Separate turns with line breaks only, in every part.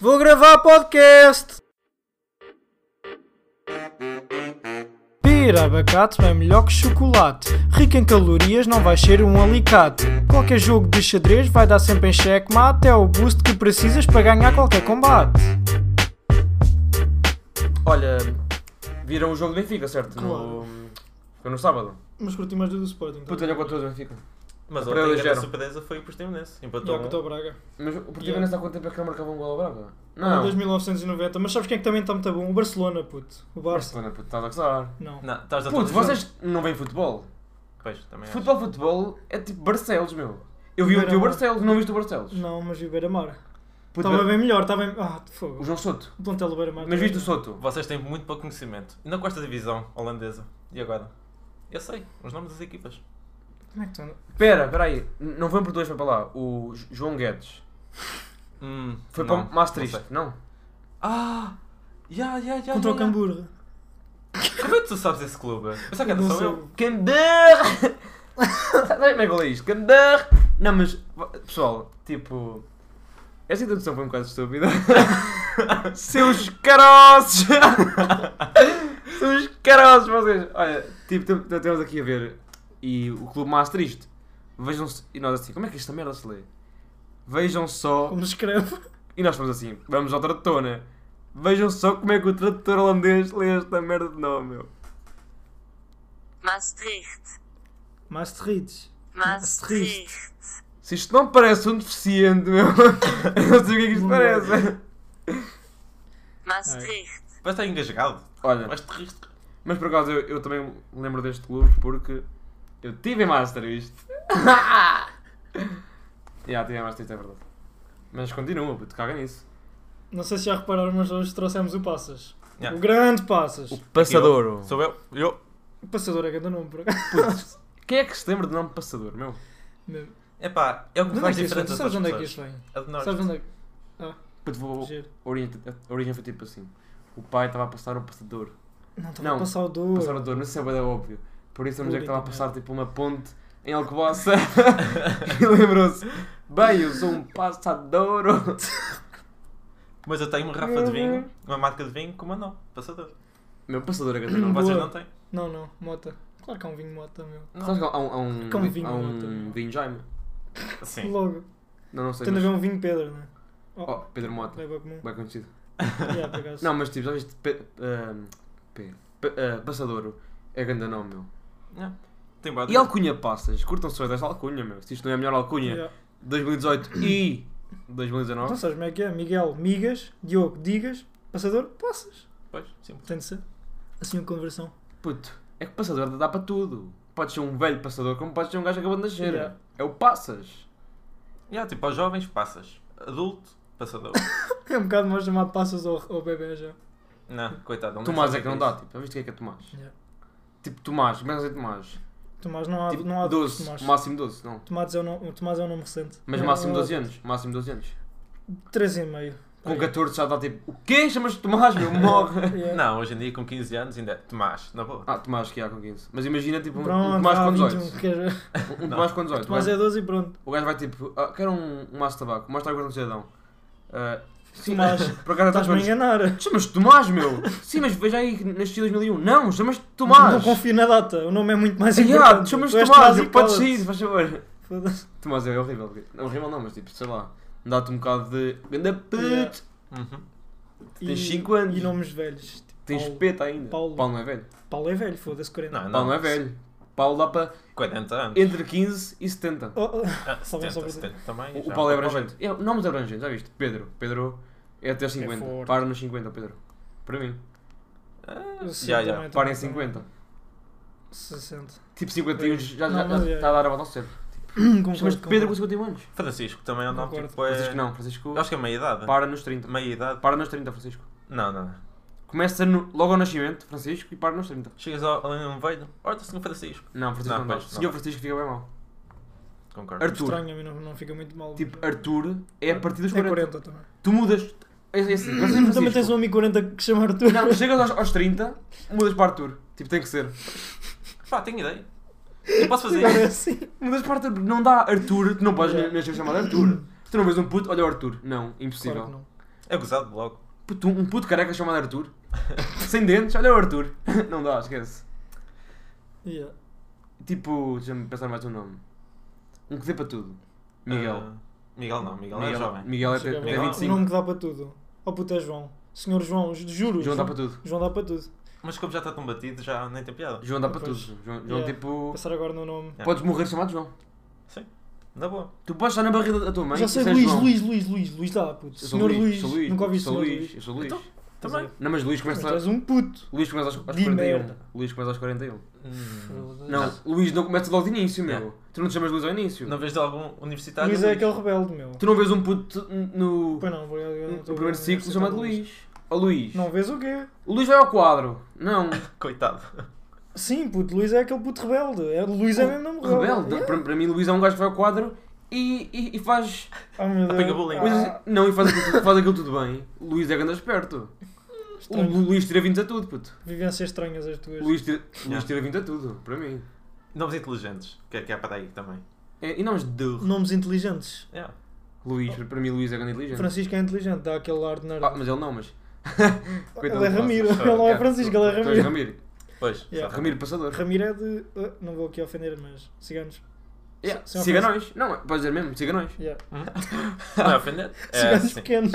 Vou gravar podcast! Pera abacate não é melhor que chocolate. Rico em calorias não vai ser um alicate. Qualquer jogo de xadrez vai dar sempre em xeque, mas até o boost que precisas para ganhar qualquer combate.
Olha, viram o jogo do Benfica, certo? No... Foi no sábado.
Mas curti mais do Sporting. tá?
Puta, olha o contra do Benfica.
É
Mas
Para
ontem a
eles
grande
eram.
surpresa foi o Portimonense. Empatou
Já que
um.
o Braga.
Mas o Portimonense
Yeah.
há quanto tempo é que não marcava um gol ao Braga?
Em
Não.
1990. Mas sabes quem é que também está muito bom? O Barcelona, puto. O Barça.
Barcelona, puto, estás a gozar.
Não.
Não, estás a
Puto, vocês não veem futebol?
Pois, também acho.
Futebol, futebol é tipo Barcelos, meu. Eu vi o teu
Beira-Mar.
Barcelos, não viste o Barcelos?
Não, mas vi o Beira-Mar.
Puto,
Estava bem melhor, estava bem... Ah, de fogo.
O João Soto.
O plantel do Beira-Mar.
Mas viste o
também.
Soto?
Vocês têm muito pouco conhecimento. Ainda com esta divisão holandesa. E agora? Eu sei, os nomes das equipas.
Como é que tu andas?
Pera, pera aí. N- Não vão por dois, vai para lá. O J- João Guedes.
Hum,
Foi
não,
para Maastricht,
não sei.
não?
Ah! Ya, ya, ya.
Contra
ya,
o
ya.
Camburgo.
Como é que tu sabes esse clube? Eu
É
só que
Não
sou
sei.
eu.
Candar! Sabe como é que eu leio isto? Candar! Não, mas, pessoal, tipo. Esta introdução foi um bocado estúpida. Seus caroços! Seus caroços, vocês! Olha, tipo, tam- tam- estamos aqui a ver. E o Clube é Maastricht. Vejam-se. E nós assim, como é que esta merda se lê? Vejam só.
Como se escreve.
E nós fomos assim, vamos ao tradutor, né? Vejam só como é que o tradutor holandês lê esta merda de nome, meu.
Maastricht.
Maastricht.
Maastricht.
Se isto não parece um deficiente, meu, eu não sei o que é que isto parece.
Maastricht.
Vai estar tá engasgado.
Olha,
Vais te rir.
mas por acaso eu, eu também lembro deste clube porque eu tive em Maastricht. Já, tive em Maastricht, é verdade. Mas continua, puto, caga nisso.
Não sei se já repararam, mas hoje trouxemos o Passas.
Yeah.
O grande Passas.
Eu, sou eu. Eu.
O passador é grande nome, por acaso.
Putz, quem é que se lembra do nome passador, meu?
Mesmo.
Epá, é o que
De onde é
faz
que isso vem? Tu
diferença
sabes
das
onde é que
pessoas.
isto vem?
É de nós.
Sabes onde é que.
Puto, vou,
Giro.
a, origem, a origem foi tipo assim. O pai estava a passar um passador.
Não, estava
Não.
a passar o dor.
Passar o dor, não sei se é bué da óbvio. Por isso a mulher que estava a
Puta
passar tipo uma ponte em Alcobaça e lembrou-se: Bem, eu sou um passadouro.
Mas eu tenho uma garrafa de vinho, uma marca de vinho com uma não. Passador.
Meu passador é que eu tenho.
Boa.
Vocês não têm.
Não, não, mota. Claro que há um vinho mota, meu.
Sabes que há um, há um,
Como vinho,
há
não
um
tenho.
vinho Jaime?
Sim.
Logo.
Não, não sei.
Tendo a
mas-
ver um vinho pedra, né? Oh,
Oh, Pedro Mota.
é bem comum.
Bem conhecido.
yeah, por acaso.
Não, mas tipo, já viste. Pe, hum, ahm, Pe- Pe- ah, passadouro é grande nome, meu.
Yeah. Tem bode.
E alcunha passas? Curtam só desta alcunha, meu. Se isto não é a melhor alcunha.
Yeah.
2018 e
Não
2019.
sabes como é que é? Miguel, migas. Diogo, digas. Passador, passas.
Pois, simples.
Tem de ser. Assim uma conversão.
Puto, é que passador dá para tudo. Podes ser um velho passador, como podes ser um gajo que acabou de nascer.
Yeah.
É o passas.
Yeah, tipo, aos jovens passas. Adulto, passador.
É um bocado mais chamado passas ao, ao bebê já.
não, coitado. ele nem
Tomás
sabe
é
o
que não
é
dá,
isso.
tipo. Já viste o que é que é Tomás?
Yeah.
Tipo Tomás, como é que é Tomás?
Tomás não há,
tipo
não há
12,
Tomás.
máximo 12, não.
Tomás é o nome, Tomás é um nome recente.
Mas
Não,
máximo
não há
12 anos, máximo 12 anos.
13 e meio.
Com 14 já está tipo, o quê? Chamas de Tomás, meu? Morre!
Yeah.
Não, hoje em dia com 15 anos ainda é Tomás, na boa.
Ah, Tomás que há com 15. Mas imagina tipo um, um
Pronto,
Tomás
há
com
21,
18.
quer...
Um, um Tomás com 18.
Tomás é 12 e pronto.
O gajo vai tipo, ah, quero um, um maço de tabaco, mostra agora no cidadão. Ah, sim,
Tomás,
por acaso estás
Estás-me a
com
enganar.
Chamas-te Tomás, meu! Sim, mas veja aí que nasci em 2001. Não, chamas-te Tomás!
Não confio na data, o nome é muito mais
Ah,
importante.
yeah, chamas-te
Tu és
Tomás,
e
podes
cala-te.
sair, se faz favor.
Foda-se.
Tomás é horrível. porque- Não, horrível não, mas tipo, sei lá. Dá-te um bocado de. Ganda
Yeah.
puto!
Uhum.
Tens
E-
cinco anos.
E nomes velhos. Tipo,
Tens
Paulo.
peta ainda.
Paulo.
Paulo não é velho.
Paulo é velho, foda-se, 40.
Não,
Paulo não é velho. Paulo dá para
40 anos.
entre 15 e 70.
Oh, oh.
Ah,
Só bem,
70,
só bem.
70 também.
O, o
já.
Paulo é abrangente. É, nomes abrangentes, já viste? Pedro. Pedro é até os 50.
forte.
Para nos 50, Pedro. Para mim.
Eu sei
já,
também,
já.
também,
Para em
também.
50.
60.
Tipo 51, já, já,
Não, mas
já
é.
está a dar a volta ao cérebro. Chamas
Concordo,
de Pedro com
concordo.
51 anos.
Francisco também é um nome
Concordo.
tipo. É...
Francisco não, Francisco.
Eu Acho que é meia idade.
Para nos 30.
Meia idade.
Para nos 30, Francisco.
Não, não, não.
Começa no- logo ao nascimento, Francisco, e para nos 30.
Chegas ao, ali um velho. Olha, o senhor Francisco.
Não, Francisco não,
Não,
dá.
pois, não.
Senhor Francisco fica bem mal.
Concordo.
Arthur.
Estranho, a mim não, não fica muito mal.
Tipo, Arthur é a partir dos
É
40.
40 também.
Tu mudas. É, é assim, mas é
Também tens um
Francisco.
amigo 40 que chama Arthur.
Não, chegas aos, aos 30, mudas para Arthur. Tipo, tem que ser.
Pá, tenho ideia. Eu posso fazer
Agora é
isso.
assim.
Mudas para Arthur, porque não dá Arthur, tu não podes
Yeah.
yeah. nascer chamado Arthur. Tu não vês um puto, olha o Arthur. Não, impossível.
Claro que não.
É gozado logo.
Puto, um puto careca chamado Arthur. Sem dentes, olha o Arthur. Não dá, esquece.
Yeah.
Tipo, deixa-me pensar mais um nome. Um que dê para tudo. Miguel.
Ah, Miguel não, Miguel, é
Miguel,
jovem.
Miguel é,
Chega
é
bem.
Miguel.
25.
O nome que dá para tudo. Oh puto, é João. Senhor João, ju- juro.
João dá para tudo.
João dá para tudo.
Mas como já está tão batido, já nem tem piada.
João dá para tudo.
Pois.
João, João,
Yeah.
tipo.
Passar agora no nome.
Yeah.
Podes morrer chamado João.
Na boa.
Tu podes estar na barriga da tua mãe.
Já
e
sei,
seres
Luís,
é João.
Luís, Luís, Luís, Luís dá, puto.
Eu sou
Senhor Luís,
sou
nunca ouvi
sou
Senhor
Luís.
Luís.
Eu sou Luís.
Então,
Pois
Também.
é.
Não, mas Luís
Mas
começa,
és um puto.
Luís começa aos, aos
De
41.
merda.
Luís começa aos 41.
Hum.
Não, Luís não começa logo de início, meu.
Yeah.
Tu não te chamas Luís ao início.
Tipo, Não vês de algum universitário?
Luís é aquele rebelde, meu.
tá Tu não vês um puto no,
Pois não, eu- eu não
no
estou-
primeiro
não
ciclo
sei
chamado
como
Luís. Ó Luís.
Não vês o quê?
O Luís vai ao quadro. Não.
Coitado.
Sim, puto, Luís é aquele puto rebelde. É, Luís é mesmo nome
Oh, Rebelde.
rebelde.
Para, para mim, Luís é um gajo que vai ao quadro e, e, e faz.
Ah, meu Deus.
Apanha bullying.
coisas-
Ah,
Não, e faz aquilo, tudo- faz aquilo tudo bem. O Luís é grande esperto. O
estranho.
Lu- Luís tira 20 a tudo, puto.
Vivências estranhas as tuas.
O Luís tira, o Luís
Yeah.
tira 20 a tudo, para mim.
Nomes inteligentes, que é que há para aí também.
É, e não os de
Nomes inteligentes.
Yeah.
Luís, para mim Luís é grande inteligente.
Francisco é inteligente, dá aquele ar de nerd.
Ah, mas ele não, mas.
ele é Ramiro,
Francisco.
ele não é
Ah,
Francisco,
tu-
ele é
tu és
Ramiro.
Ramiro.
Pois.
Yeah.
só-
Ramiro Passador.
Ramiro é de. ah, não vou aqui ofender, mas ciganos.
Yeah.
Sim, sim,
Siga nós. Não, podes dizer mesmo, siga nós.
Yeah.
Não é ofender? É
ciganos
assim.
pequenos.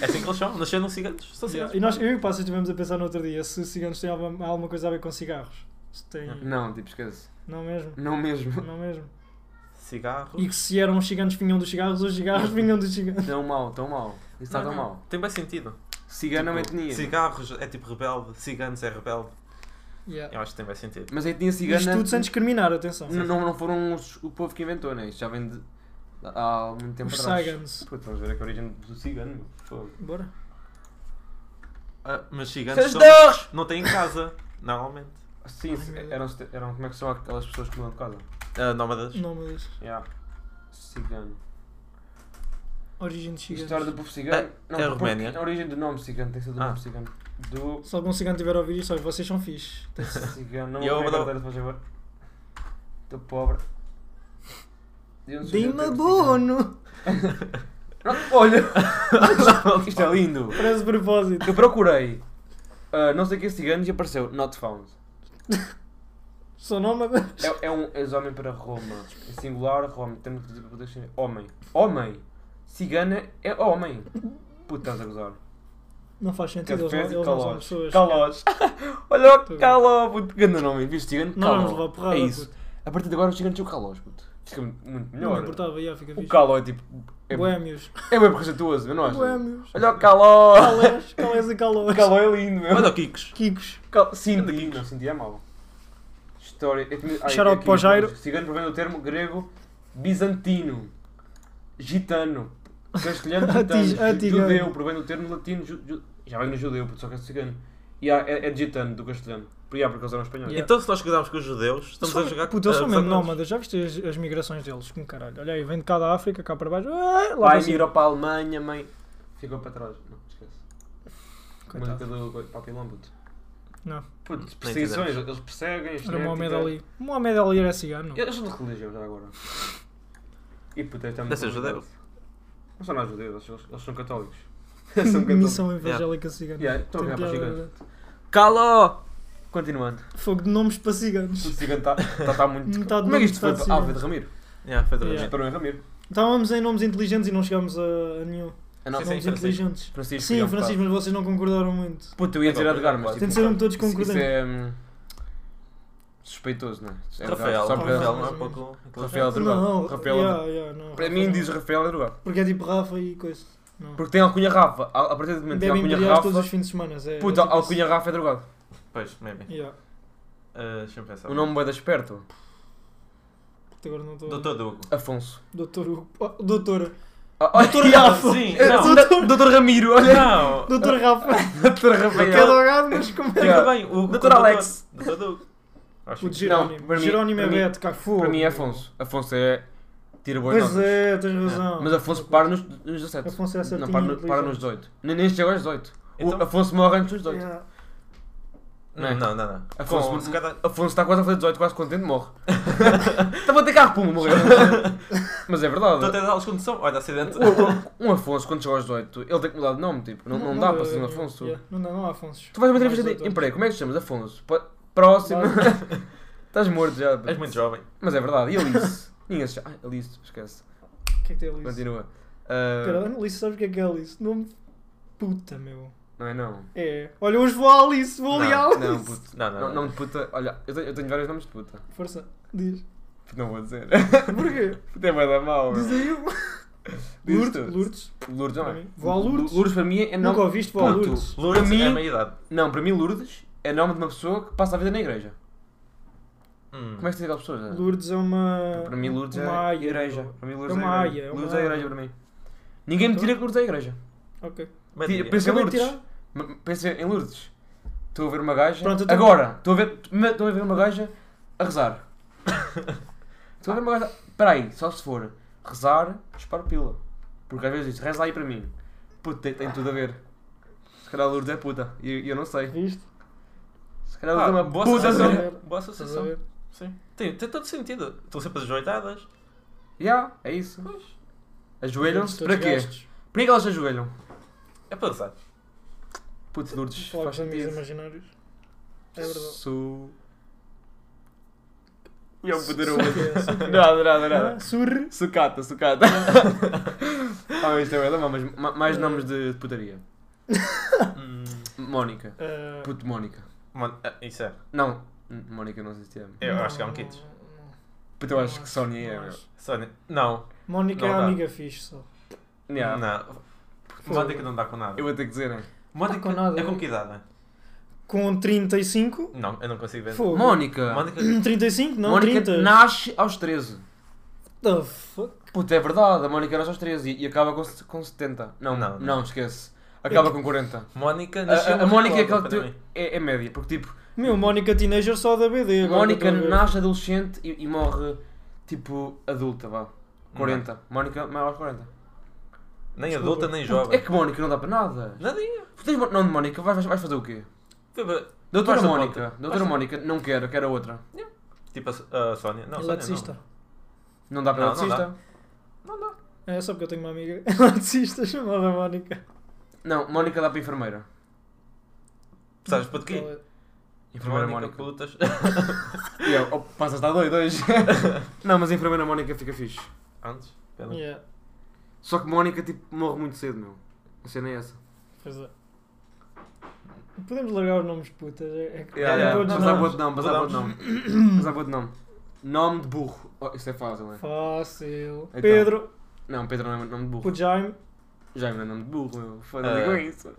É assim que eles são. Nasceram ciganos. São ciganos.
Yeah. E nós, eu e o Passos estivemos a pensar no outro dia se ciganos têm alguma, alguma coisa a ver com cigarros. Se tem.
Não, tipo, esquece.
Não mesmo?
Não mesmo.
Não mesmo.
Cigarro.
E que se eram os ciganos vinham dos cigarros, os
Uhum.
cigarros vinham dos ciganos.
Tão mal, tão mal. Isso está
Não,
tão
não.
mal.
Tem bem sentido.
Cigano é uma
Tipo,
etnia.
Cigarros é tipo rebelde. Ciganos é rebelde.
Yeah.
Eu acho que tem bem sentido.
Mas a etnia
Isto
cigana.
tudo sem discriminar, atenção.
Não, não, não foram os- o povo que inventou, né? Isto já vem de. Há muito tempo
Os
atrás.
cigans.
Pô, estamos a ver aqui a origem do cigano, meu. Fogo.
Bora.
Ah, mas ciganos
Seus
são...
dores!
não têm casa, normalmente.
Sim,
Ai, meu Deus.
eram, eram. Como é que são aquelas pessoas que mudam de casa?
Ah, nómadas.
Nómadas.
Yeah. Cigano.
Origem de ciganos.
História do povo cigano.
é a
do povo-
Roménia.
A origem do nome cigano tem que ser do
Ah.
nome cigano. Do
Se algum cigano tiver a ouvir isto, olha, vocês são fixe.
cigano. Não
E eu
vou ver a
vou dar-
carteira, se faz favor. Estou pobre. um De onde surgiu o
Dima
termo
Bono!
cigano? Não, Olha! Isto é lindo!
Parece de propósito.
Eu procurei. ah, não sei o que é cigano e apareceu. Not found.
Sou nómada.
É, é um és homem para Roma. É singular, Roma. Temos que dizer para poder ser Homem. Homem! Cigana é homem. Puta, estás a gozar.
Não faz sentido, eles, não-
Cafés e
eles não são
calós.
pessoas.
Calós. Olha
Tudo.
o caló, puto. Ganda nome. Viste cigano?
Não vamos
Caló.
levar porrada.
É isso. A partir de agora os ciganos são calós, puto. Fica muito
Não me
melhor.
importava, já fica
O
fixe.
caló é tipo... É,
Boémios.
é bem preconceituoso, não achas?
Boémios.
Olha o caló.
Calés, calés e
O
calós.
caló é lindo, meu.
Olha o Kikos.
Kikos.
Cal... Cinti. Não, Cinti é mau. História. Eu tinha- Ai, é
Shout out
aqui,
para o Jairo.
Cigano provém do termo grego bizantino, gitano, castelhano,
Ati-
gitano, ju-
atigano.
judeu, provém do termo latino, ju- ju- já vem no judeu, porque só que é cigano. E há, é, é de gitano, do castelhano. Por aí há, porque eles eram espanhóis.
Yeah.
Então se nós cuidarmos com os judeus, estamos
São-
a jogar
Puta, eles
ah,
são mesmo
jogar com
nómadas. Já viste as, as migrações deles? Como caralho. Olha aí, vem de cá da África, cá para baixo. Ah, lá
Pai
para cima.
migrou para a Alemanha, mãe... Ficou para trás. Não, esquece.
Coitado.
Música do do Papilão, puto.
Não.
Putz,
Nem
perseguições, eles perseguem,
Era
estética.
o
é
Mohamed Ali. O Mohamed Ali era cigano.
Eles são de que religião já agora. E puto, está muito
Deve ser
complicado.
judeu.
Não são nada judeus, eles, eles são católicos.
Hum, Missão evangélica cigana.
Yeah, estou a
Tem
ganhar para os
piada,
gigantes. Caló! Continuando.
eh, Fogo de nomes para ciganos.
O cigano está tá, tá muito.
Metade
Como é que isto foi?
metade
para Álvaro de Ramiro.
Yeah, foi
Yeah.
yeah.
Esperou em Ramiro.
Estávamos Então em nomes inteligentes e não chegámos a, a nenhum.
A
Sim,
nossa
nomes
Francisco.
inteligentes.
Francisco.
Sim,
Miguel
Francisco, mas vocês não concordaram muito.
Pá. Puta, eu ia dizer Edgar, mas.
Tem
Tem
tipo,
de ser um todos
isso- Isso
concordando.
é. hum, Suspeitoso, não é? é?
Rafael,
Só
por
Rafael
causa-
para,
não é um pouco...
Rafael. Droga.
Não,
Rafael-
yeah, yeah, não.
para mim, diz Rafael é drogado.
Porque é tipo Rafa e coisa. Não.
Porque tem alcunha Rafa. A, a partir do momento que tem
Bebem
alcunha
imperiais todos
Rafa.
os fins de semana. É,
Puta,
é tipo
alcunha Rafa é drogado.
Pois, maybe.
isso. Yeah.
Ah, Deixa-me pensar.
O nome vai da esperto.
Puta, Agora não estou.
Doutor Hugo.
Afonso.
Doutor Hugo. Oh, doutora.
Ah, olha,
Doutor
yeah,
Rafa.
Sim,
É,
não.
Doutor- Doutor Ramiro, olha.
Não.
Ah.
Doutor Rafa.
Doutor
Que é
Rafael.
drogado, mas como é?
Yeah.
Fica bem. O
Doutor Alex.
Doutor Hugo. Acho
O
que...
Jerónimo.
para mim-
Jerónimo é
para mim-
Beto, cá fogo.
Para mim é Afonso. Afonso é. Tira boas
Pois
notas.
é, tens razão.
Mas Afonso para nos, nos 17.
Afonso é certinho
não,
e
para, no, para
inteligente.
nos 18. Nem, nem chegou aos 18. O
Então-
Afonso morre antes dos 18.
Yeah.
Não é?
Não, não, não.
Afonso,
Com-
Mon-
se calhar-
Afonso está quase a fazer 18, quase contente, morre. Estava a ter carro, pum, morreu. Mas é
Estou a ter
verdade.
aulas de condução. Olha, acidente.
O- o- Um Afonso, quando chegou aos 18, ele tem que mudar de nome, tipo. Não, não, dá para ser um Afonso.
yeah. Não dá, não há Afonso.
Tu vais uma entrevista
Mais
de
oito
emprego, como é que te chamas? Afonso. Pa- Próximo. Estás morto já.
És muito jovem.
Mas é verdade. E Alice? Ninguém se chama. Ah, Alice, esquece.
anos. O que é que tem Alice?
Continua. Ah,
Pera, Alice, sabes o que é que é Alice? Nome de puta, meu.
não é não?
É. Olha, hoje vou à Alice, vou ali à
Não,
Alice.
Não, puto.
Não,
Ah.
não.
Não,
não,
nome de puta. Olha, eu tenho, eu tenho vários nomes de puta.
Força, diz.
Não vou dizer.
Porquê?
Puta é bué da mal.
Diz aí um.
Diz
Lourdes.
tu.
Lourdes.
Lourdes não
Para
é?
mim. Vou ao Lourdes.
Lourdes para mim é
Nunca
nome.
ouviste, vou ao
Puto.
Lourdes.
Lourdes
Para mim-
é a meia idade.
Não, para mim Lourdes é nome de uma pessoa que passa a vida na igreja.
Hum.
Como é que se diz aquela pessoa? Zé?
Lourdes é uma.
Para mim Lourdes
uma
é
aia,
igreja.
meu.
Para mim Lourdes
É uma
é
aia, é
igreja.
uma
Lourdes é
aia.
igreja para mim. Ninguém me tira que Lourdes é igreja.
Ok.
Tira-
Bem, diria.
Pensa em
Acabei de
Lourdes.
tirar.
M- Pensa em Lourdes. Estou a ver uma gaja.
Pronto, eu tô-
Agora! Estou a ver. me- Estou a ver uma gaja a rezar. Estou a ver uma gaja. Espera aí, só se for rezar, disparo pila. Porque às vezes diz, reza aí para mim. Puta, tem, tem tudo a ver. Se calhar Lourdes é puta. E eu, eu não sei.
Viste?
Se calhar
Ah,
Lourdes é uma
boa
puta.
associação.
zona.
zona.
associação. Boa
Estás a
associação.
ver?
Sim. Tem, tem todo sentido. Estão sempre ajoelhadas.
Ya, é isso. Ajoelham-se
Todos
para quê?
gastos.
Para que elas se ajoelham?
É para usar.
Putz, Lourdes,
Falar com
faz
os amigos
sentido.
imaginários. É verdade.
Sou...
é
Eu vou é poder
Su-
ouvir.
su- su-
Nada, nada, é nada.
Ah, Surre.
Sucata, sucata. ah, isto é verdade, mas ma- mais nomes de putaria.
Hum.
Mónica.
Ah,
Puto Mónica.
Mano, ah, isso é.
Não, N- Mónica não sei se te amo.
Eu
não,
acho que há um
Ah, não,
kids.
não, não.
Puto, é eu acho que Sónia
Não
é.
acho.
Sónia. Não.
Mónica
Não
é a
dá.
amiga fixe só.
meu. Yeah.
Não. Mónica não dá com nada.
Eu vou ter que dizer, né?
Mónica
Não dá com nada.
é com que idade?
Com 35?
Não, eu não consigo ver.
Fogo.
Mónica.
Mónica.
35? Não,
Mónica
30.
nasce aos 13.
The fuck?
Puto, é verdade, a Mónica nasce aos 13 e, e acaba com, se- com 70. Não, não,
Não, não.
não, esquece. Acaba com 40.
Mónica
A,
nasceu
a- a Mónica é aquela
imaculada,
que
para
tu- é, é média, porque tipo,
Meu, Mónica Teenager só da BD. agora
Mónica
que eu tô a ver.
nasce adolescente e, e morre tipo adulta, vá. 40. Mónica maior aos 40.
mim. Nem
Desculpa.
adulta, nem
É
jovem.
que Mónica não dá para nada.
Nada ia.
Tu tens mo- nome de Mónica, vais, vais- vais fazer o quê? Doutora
Basta
Mónica.
ponta.
Doutora
Basta-
Mónica, não quero, quero a outra.
Tipo a, a Sónia.
é
Não,
é
Eletricista.
Sónia
Não dá para
Não, não dá.
eletricista.
não. Não dá.
É só porque eu tenho uma amiga eletricista chamada Mónica.
Não, Mónica dá para enfermeira.
Sabes para quê?
é-
é-
Enfermeira
Mónica,
Mónica.
putas.
E eu, oh, passas a doido hoje. não, mas a enfermeira Mónica fica fixe.
Antes. pera.
Yeah,
Só que Mónica tipo morre muito cedo, meu. A cena é essa.
pois é. Podemos largar os nomes putas. É, é que
Yeah, yeah.
todos
Mas
nós.
há boa de nome, mas há boa de nome. Mas há boa de nome. Nome de burro. Oh, isso é fácil, é?
Fácil.
Então.
Pedro,
Não, Pedro não é nome de burro.
o Jaime.
Já me nome de burro, meu. Foda-se
Ah.
com isso.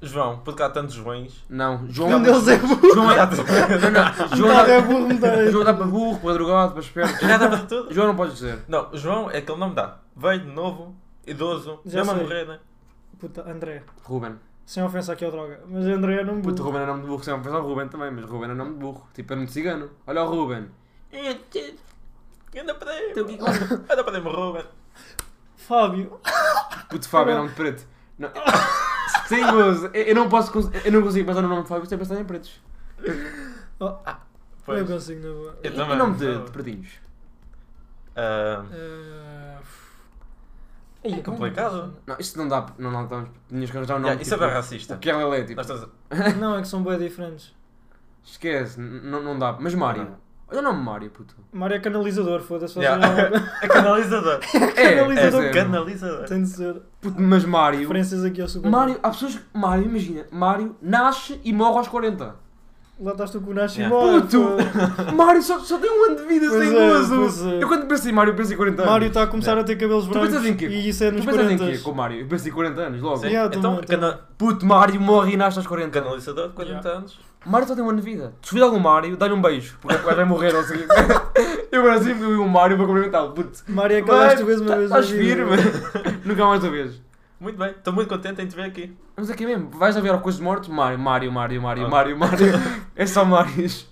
João, porque há tantos Joões.
Não, João.
Um deles é burro.
João é. não, não, João
Metade é
dá,
burro, metade é
João dá para burro, para drogado, para esperto.
Já dá para tudo.
João não pode dizer.
Não, João é aquele nome dá. Velho, novo, idoso,
Já
já a
sei.
morrer, né?
Puta, André.
Ruben.
Sem ofensa aqui ao droga. Mas André não
Puto,
burro.
Ruben é nome de burro, sempre pensar o Ruben também, mas Ruben é nome de burro. Tipo, é nome de cigano. Olha o Ruben.
É, Anda para aí. Anda para aí, morreu.
Fábio.
Puto, Fábio é nome de preto. Não. Sim, mas eu- eu não posso, cons- eu não consigo pensar no nome de Fábio sem pensar em pretos.
Eu
Pois. É
consigo, na boa.
Eu
E-
também,
e nome de,
eu-
de pretinhos? É,
Ah,
Ah,
É
Ih,
complicado.
Não, isso não dá, não, não, não tinhas que arranjar um nome.
yeah, isso é
tipo,
bem racista.
O que ela é, tipo,
Nós estamos a-
Não, é que são bem diferentes.
esquece, n- não não dá. Mas Mário. Olha o nome Mário, puto.
Mário é canalizador, foda-se. vocês
Yeah.
não-
É canalizador.
Canalizador.
é, é, é.
Canalizador.
Tem de ser.
Puto, mas Mário.
Referências aqui é ao Super
Mário, há pessoas que. Mário, imagina, Mário nasce e morre aos 40.
Lá estás tu com o Nashi
Yeah.
Mora,
Puto!
pô.
Mário só, só tem um ano de vida
Pois
sem
é, pois
gozo!
é.
Eu quando pensei em Mário, pensei em 40 anos.
Mário está a começar a ter cabelos
Tu pensas
brancos
em quê?
e isso é nos
tu pensas
40.
em quê com o Mário? Eu pensei em 40 anos logo.
Sim.
Yeah,
então,
também, também.
cana-
Puto, Mário morre e nasce aos 40.
canalizador de 40
Yeah.
anos.
Mário só tem um ano de vida. Desvida algum Mário, dá-lhe um beijo. Porque o gajo vai morrer ao seguinte. Eu agora sempre vi um Mário para cumprimentá-lo. Puto,
Mário é aquela
Vai, tá-
vez uma vez na
estás
vida.
firme. Nunca mais o vês.
Muito bem, estou muito contente em te ver aqui.
Mas aqui mesmo, vais a ver ao Coisas Mortos? Mário, Mário, Mário, Mário,
Ah.
Mário, Mário. É só Mários.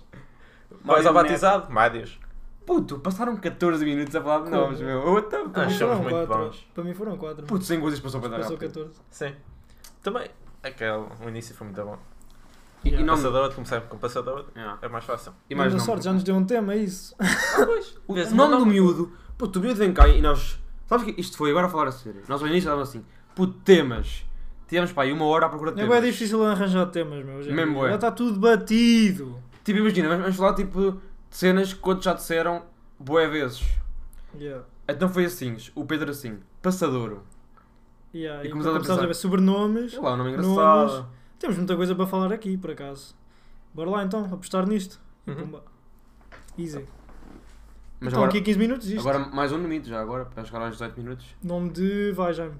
Mais ao
Mário
batizado? Mários.
Puto, passaram 14 minutos a falar de nomes,
Como?
meu. What the
Para
fuck?
mim
Achamos
foram
muito
quatro.
bons.
Para mim foram 4.
Puto, sem coisas passou para dar
Passou
rápido.
14.
é Sim. Também, aquele, o início foi muito bom.
E, e
E
não...
passador, começar com passador,
Yeah.
é mais fácil.
E mais
Dando
não.
sorte, já nos deu um tema, é isso.
Ah, pois.
O,
Vês
o nome do
meu
miúdo. Puto, o miúdo vem cá e nós. Sabes que isto foi agora a falar a sério. Nós ao início estávamos assim. Puto, temas. Tivemos pá aí uma hora à procura de
É
temas.
bem difícil arranjar temas, meu. Já,
Mesmo é.
já está tudo batido.
Tipo, imagina, vamos, vamos falar tipo de cenas que quantos já disseram boé vezes.
Yeah.
Então foi assim, o Pedro assim, passadouro.
Yeah,
E
e
começamos
começámos a,
a pensar.
ver sobrenomes.
Sei lá, o nome
Nomes.
engraçado.
Temos muita coisa para falar aqui, por acaso. Bora lá então, apostar nisto. E
Uhum.
pumba. Easy.
Mas
então
agora,
aqui 15 minutos isto.
agora mais um limite já agora, para chegar aos 18 minutos.
Nome de. Vai, Jaime.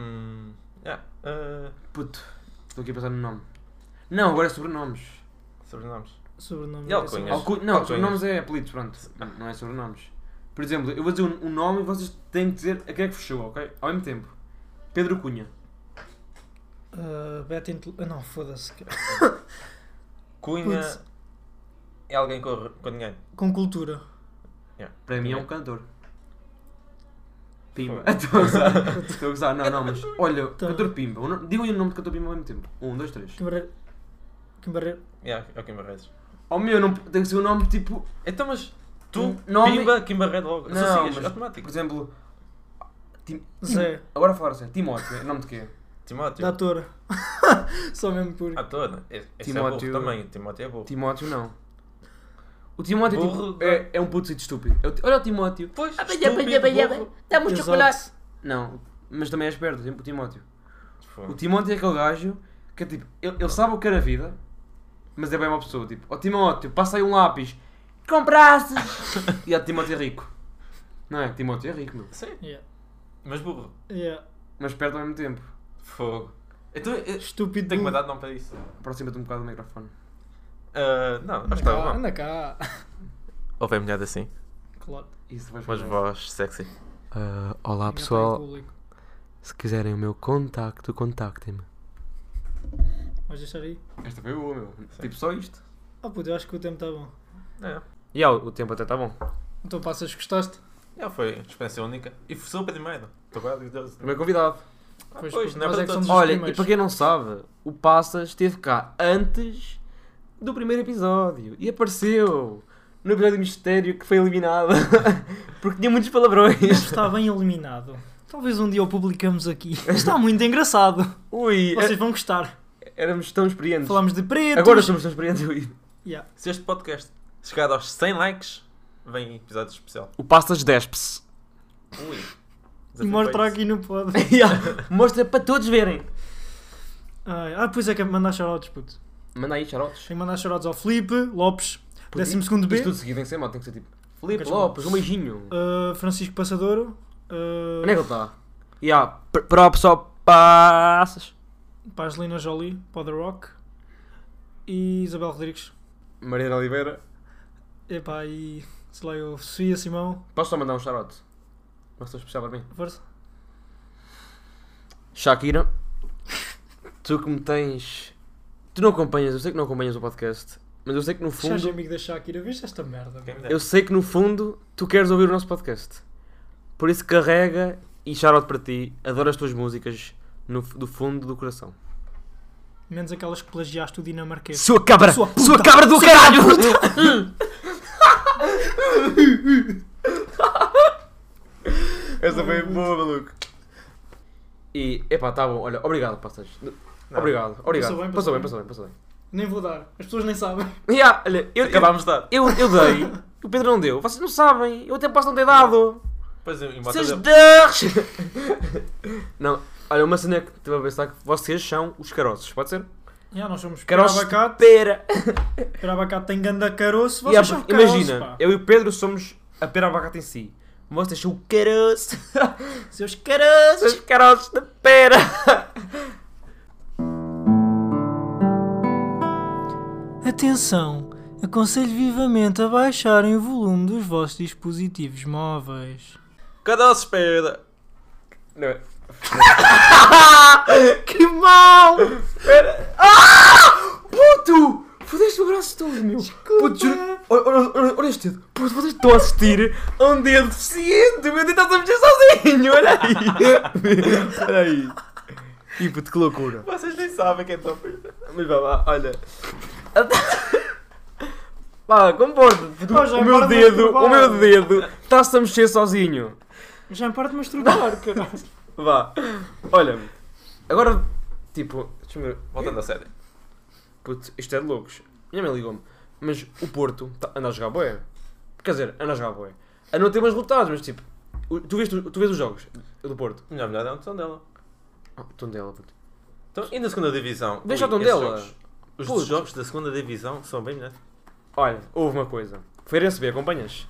Hum, yeah, ah,
Puto, estou aqui a pensar no nome. Não, agora é sobrenomes.
sobrenomes.
Sobrenome. é assim,
E alcunhas?
Alcunhas.
Alcu... Não,
Alcunhas.
sobrenomes é apelidos, pronto. Não é sobrenomes. Por exemplo, eu vou dizer um um nome e vocês têm que dizer a quem é que fechou, ok? Ao mesmo tempo. Pedro Cunha.
Ah, Beto Intel- ah, Não, foda-se.
Cunha
Putz.
é alguém com, com dinheiro.
Com cultura.
Para mim é um
Também.
cantor. Pimba.
Fogo.
Estou a gozar. Estou a gozar. Não, não, mas olha,
Tá.
cantor Pimba. O no- Digam-lhe o nome de cantor Pimba ao mesmo tempo. Um, dois, três.
Que barreira. Que barreira.
Yeah, é o Kim Barreiros.
Ao meu, não tem que ser um nome tipo.
Então, mas
Um
tu,
nome-
Pimba, Kim Barreiro logo.
Não,
Associas,
mas- Por
automático.
exemplo. Tim-
Zé.
Agora a falar sério. Timóteo. É nome de quê?
Timóteo.
Da atora. Só mesmo por.
Ator. Esse
um Timóteo-
é burro também. Timóteo é burro.
Timóteo não. O Timóteo é tipo-
Burro.
é, é um puto estúpido. É o Ti- Olha o Timóteo.
Pois, é
Dá-me chocolate.
Não, mas também é esperto, tipo o Timóteo. O
burro.
Timóteo é aquele gajo que é tipo, ele, ele sabe o que é na vida, mas é bem uma pessoa. Tipo, ó Timóteo, passa aí um lápis, compraste! e ó Timóteo é rico. Não é? Timóteo é rico, meu.
Sim,
Yeah.
mas burro.
Yeah.
Mas esperto ao mesmo tempo.
Fogo. Então, eu
Estúpido.
Uhum.
tenho que
burro.
mandar não para isso.
Aproxima-te um bocado do microfone.
Ah, não, acho que
Anda
estava
cá,
bom.
anda cá.
Ou bem molhado assim,
Claro.
Isso vais
mas
fazer.
voz sexy.
Ah, olá
Ninguém tem público.
se quiserem o meu contacto, contactem-me.
Vais deixar aí?
Esta foi boa, meu. Tipo, só isto.
Ah, puto, eu acho que o tempo está bom.
É,
E ó, o tempo até está bom.
Então passas, gostaste?
já foi experiência única. E foi super primeiro. Estou quase idoso.
Primeiro convidado.
Ah,
Pois,
Pois, não é
nós é
para
que somos-
todos.
Dos
Olha, e
primeiros.
para quem não sabe, o Passas esteve cá antes do primeiro episódio e apareceu no episódio de mistério que foi eliminado porque tinha muitos palavrões.
Está bem eliminado. Talvez um dia o publicamos aqui. Está muito engraçado.
Ui, é-
Vocês vão gostar.
éramos tão experientes.
Falámos de pretos.
Agora estamos tão experientes. ui.
Yeah.
Se este podcast chegar aos 100 likes, vem episódio especial.
O Passas despe-se.
Ui.
E mostra aqui no pod.
Mostra para todos verem.
Ai, Ah, pois é que é mandar shoutouts, puto.
Manda aí, charotes.
Tem que mandar shoutouts ao Felipe Lopes, 12
Isto
B,
tudo seguido, tem que ser mal, tem que ser tipo Filipe
Queres
Lopes, um beijinho.
ah, Francisco Passadouro. ah,
Onde é que ele está? E há, props ao Passas.
Para a Angelina Jolie, para o The Rock e Isabel Rodrigues.
Mariana Oliveira.
Epá, e sei lá, eu, Sofia Simão,
Posso só mandar um charote? Uma pessoa especial para mim.
força.
Shakira, tu que me tens. Tu não acompanhas, eu sei que não acompanhas o podcast, mas eu sei que no
Fundo...
fundo.
amigo da Shakira, viste esta merda? meu?
Eu sei que no fundo tu queres ouvir o nosso podcast. Por isso carrega e shout para ti. Adoro as tuas músicas no, do fundo do coração.
Menos aquelas que plagiaste o dinamarquês.
Sua cabra!
Sua
Sua,
puta!
cabra do caralho! Essa foi boa, maluco. E, epá, tá bom, olha, obrigado, passagem. Obrigado, obrigado.
Passou bem,
Passou
passou
bem,
bem.
passou bem, passou bem.
Nem vou dar, as pessoas nem sabem.
Ya, olha, eu, eu,
Acabámos de dar.
eu, eu dei, o Pedro não deu, vocês não sabem, eu até posso não ter dado.
Pois é, e bota
Vocês
dele.
dão! não, olha, uma cena que estive a pensar que vocês são os caroços, pode ser?
Já, nós somos
Caroços de
Carabacate.
pera.
Carabacate tem ah, ganda caroço, vocês
Ya,
são
porque
caroço,
imagina,
pá.
eu e o Pedro somos a pera abacate em si. Vocês são o caroço. Seus caroços. Seus caroços de pera.
Atenção! Aconselho vivamente a baixarem o volume dos vossos dispositivos móveis.
Cada espera.
Não é?
Que mal!
Ah! Puto! Fodeste o braço todo, meu. Puto, juro. Olha, olha- olha- olha este dedo. Puto, vocês estão a assistir a um dedo deficiente. O meu dedo está a mexer sozinho. Olha aí. olha aí. E puto, que loucura.
Vocês nem sabem quem é está
Mas vá lá, olha. Pá, comporta-te.
Pá, já
O
é
meu
para de
dedo,
masturbar.
o meu dedo está-se a mexer sozinho.
Já me parte de masturbar, caralho.
Vá. Olha-me. Agora, tipo, deixa-me ver.
Voltando a sério.
Putz, isto é de loucos. Minha mãe ligou-me. Mas o Porto tá- anda a jogar boé. Quer dizer, anda a jogar boé. A não ter mais resultados, mas tipo, o- tu vês, tu vês os jogos do Porto.
Melhor, melhor é o Tondela.
Oh, Tondela, puto.
Então, e na segunda divisão?
Deixa
Ui,
o Tondela.
esses jogos- Os
Puto.
jogos da segunda divisão são bem melhores.
Olha, houve uma coisa. Feirense B, acompanhas?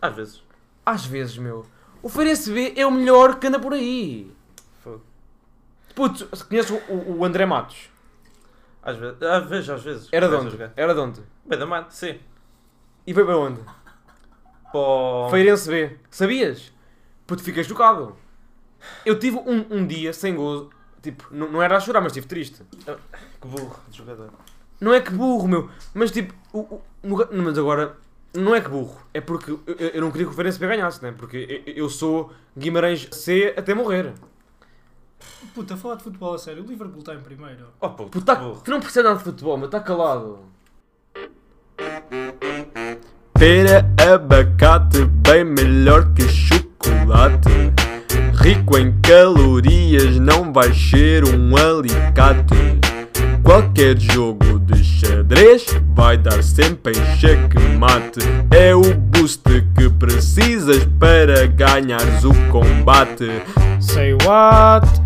Às vezes.
Às vezes, meu. O Feirense B é o melhor que anda por aí.
Fogo.
Puto, conheço o, o André Matos.
Às vezes, às vezes. Às vezes.
Era de
Começa a
onde?
jogar.
Era de onde?
Bem da mata, sim.
E foi para onde?
Pô.
Feirense B. Sabias? Puto, ficas chocado. Eu tive um, um dia sem gozo. Tipo, não, não era a chorar, mas estive triste.
Que burro de jogador.
Não é que burro, meu. Mas tipo, o, o- no- mas agora, não é que burro. É porque eu, eu- eu não queria que o Feirense B ganhasse, né? Porque eu, eu sou Guimarães C até morrer.
Puta, a falar de futebol a sério, o Liverpool está em primeiro.
Oh, puto,
Puta,
burro.
tá, tu não percebes nada de futebol, mas está calado. Pera, abacate, bem melhor que chocolate. Rico em calorias, não vai ser um alicate. Qualquer jogo de xadrez vai dar sempre em checkmate. É o boost que precisas para ganhares o combate.
Say what?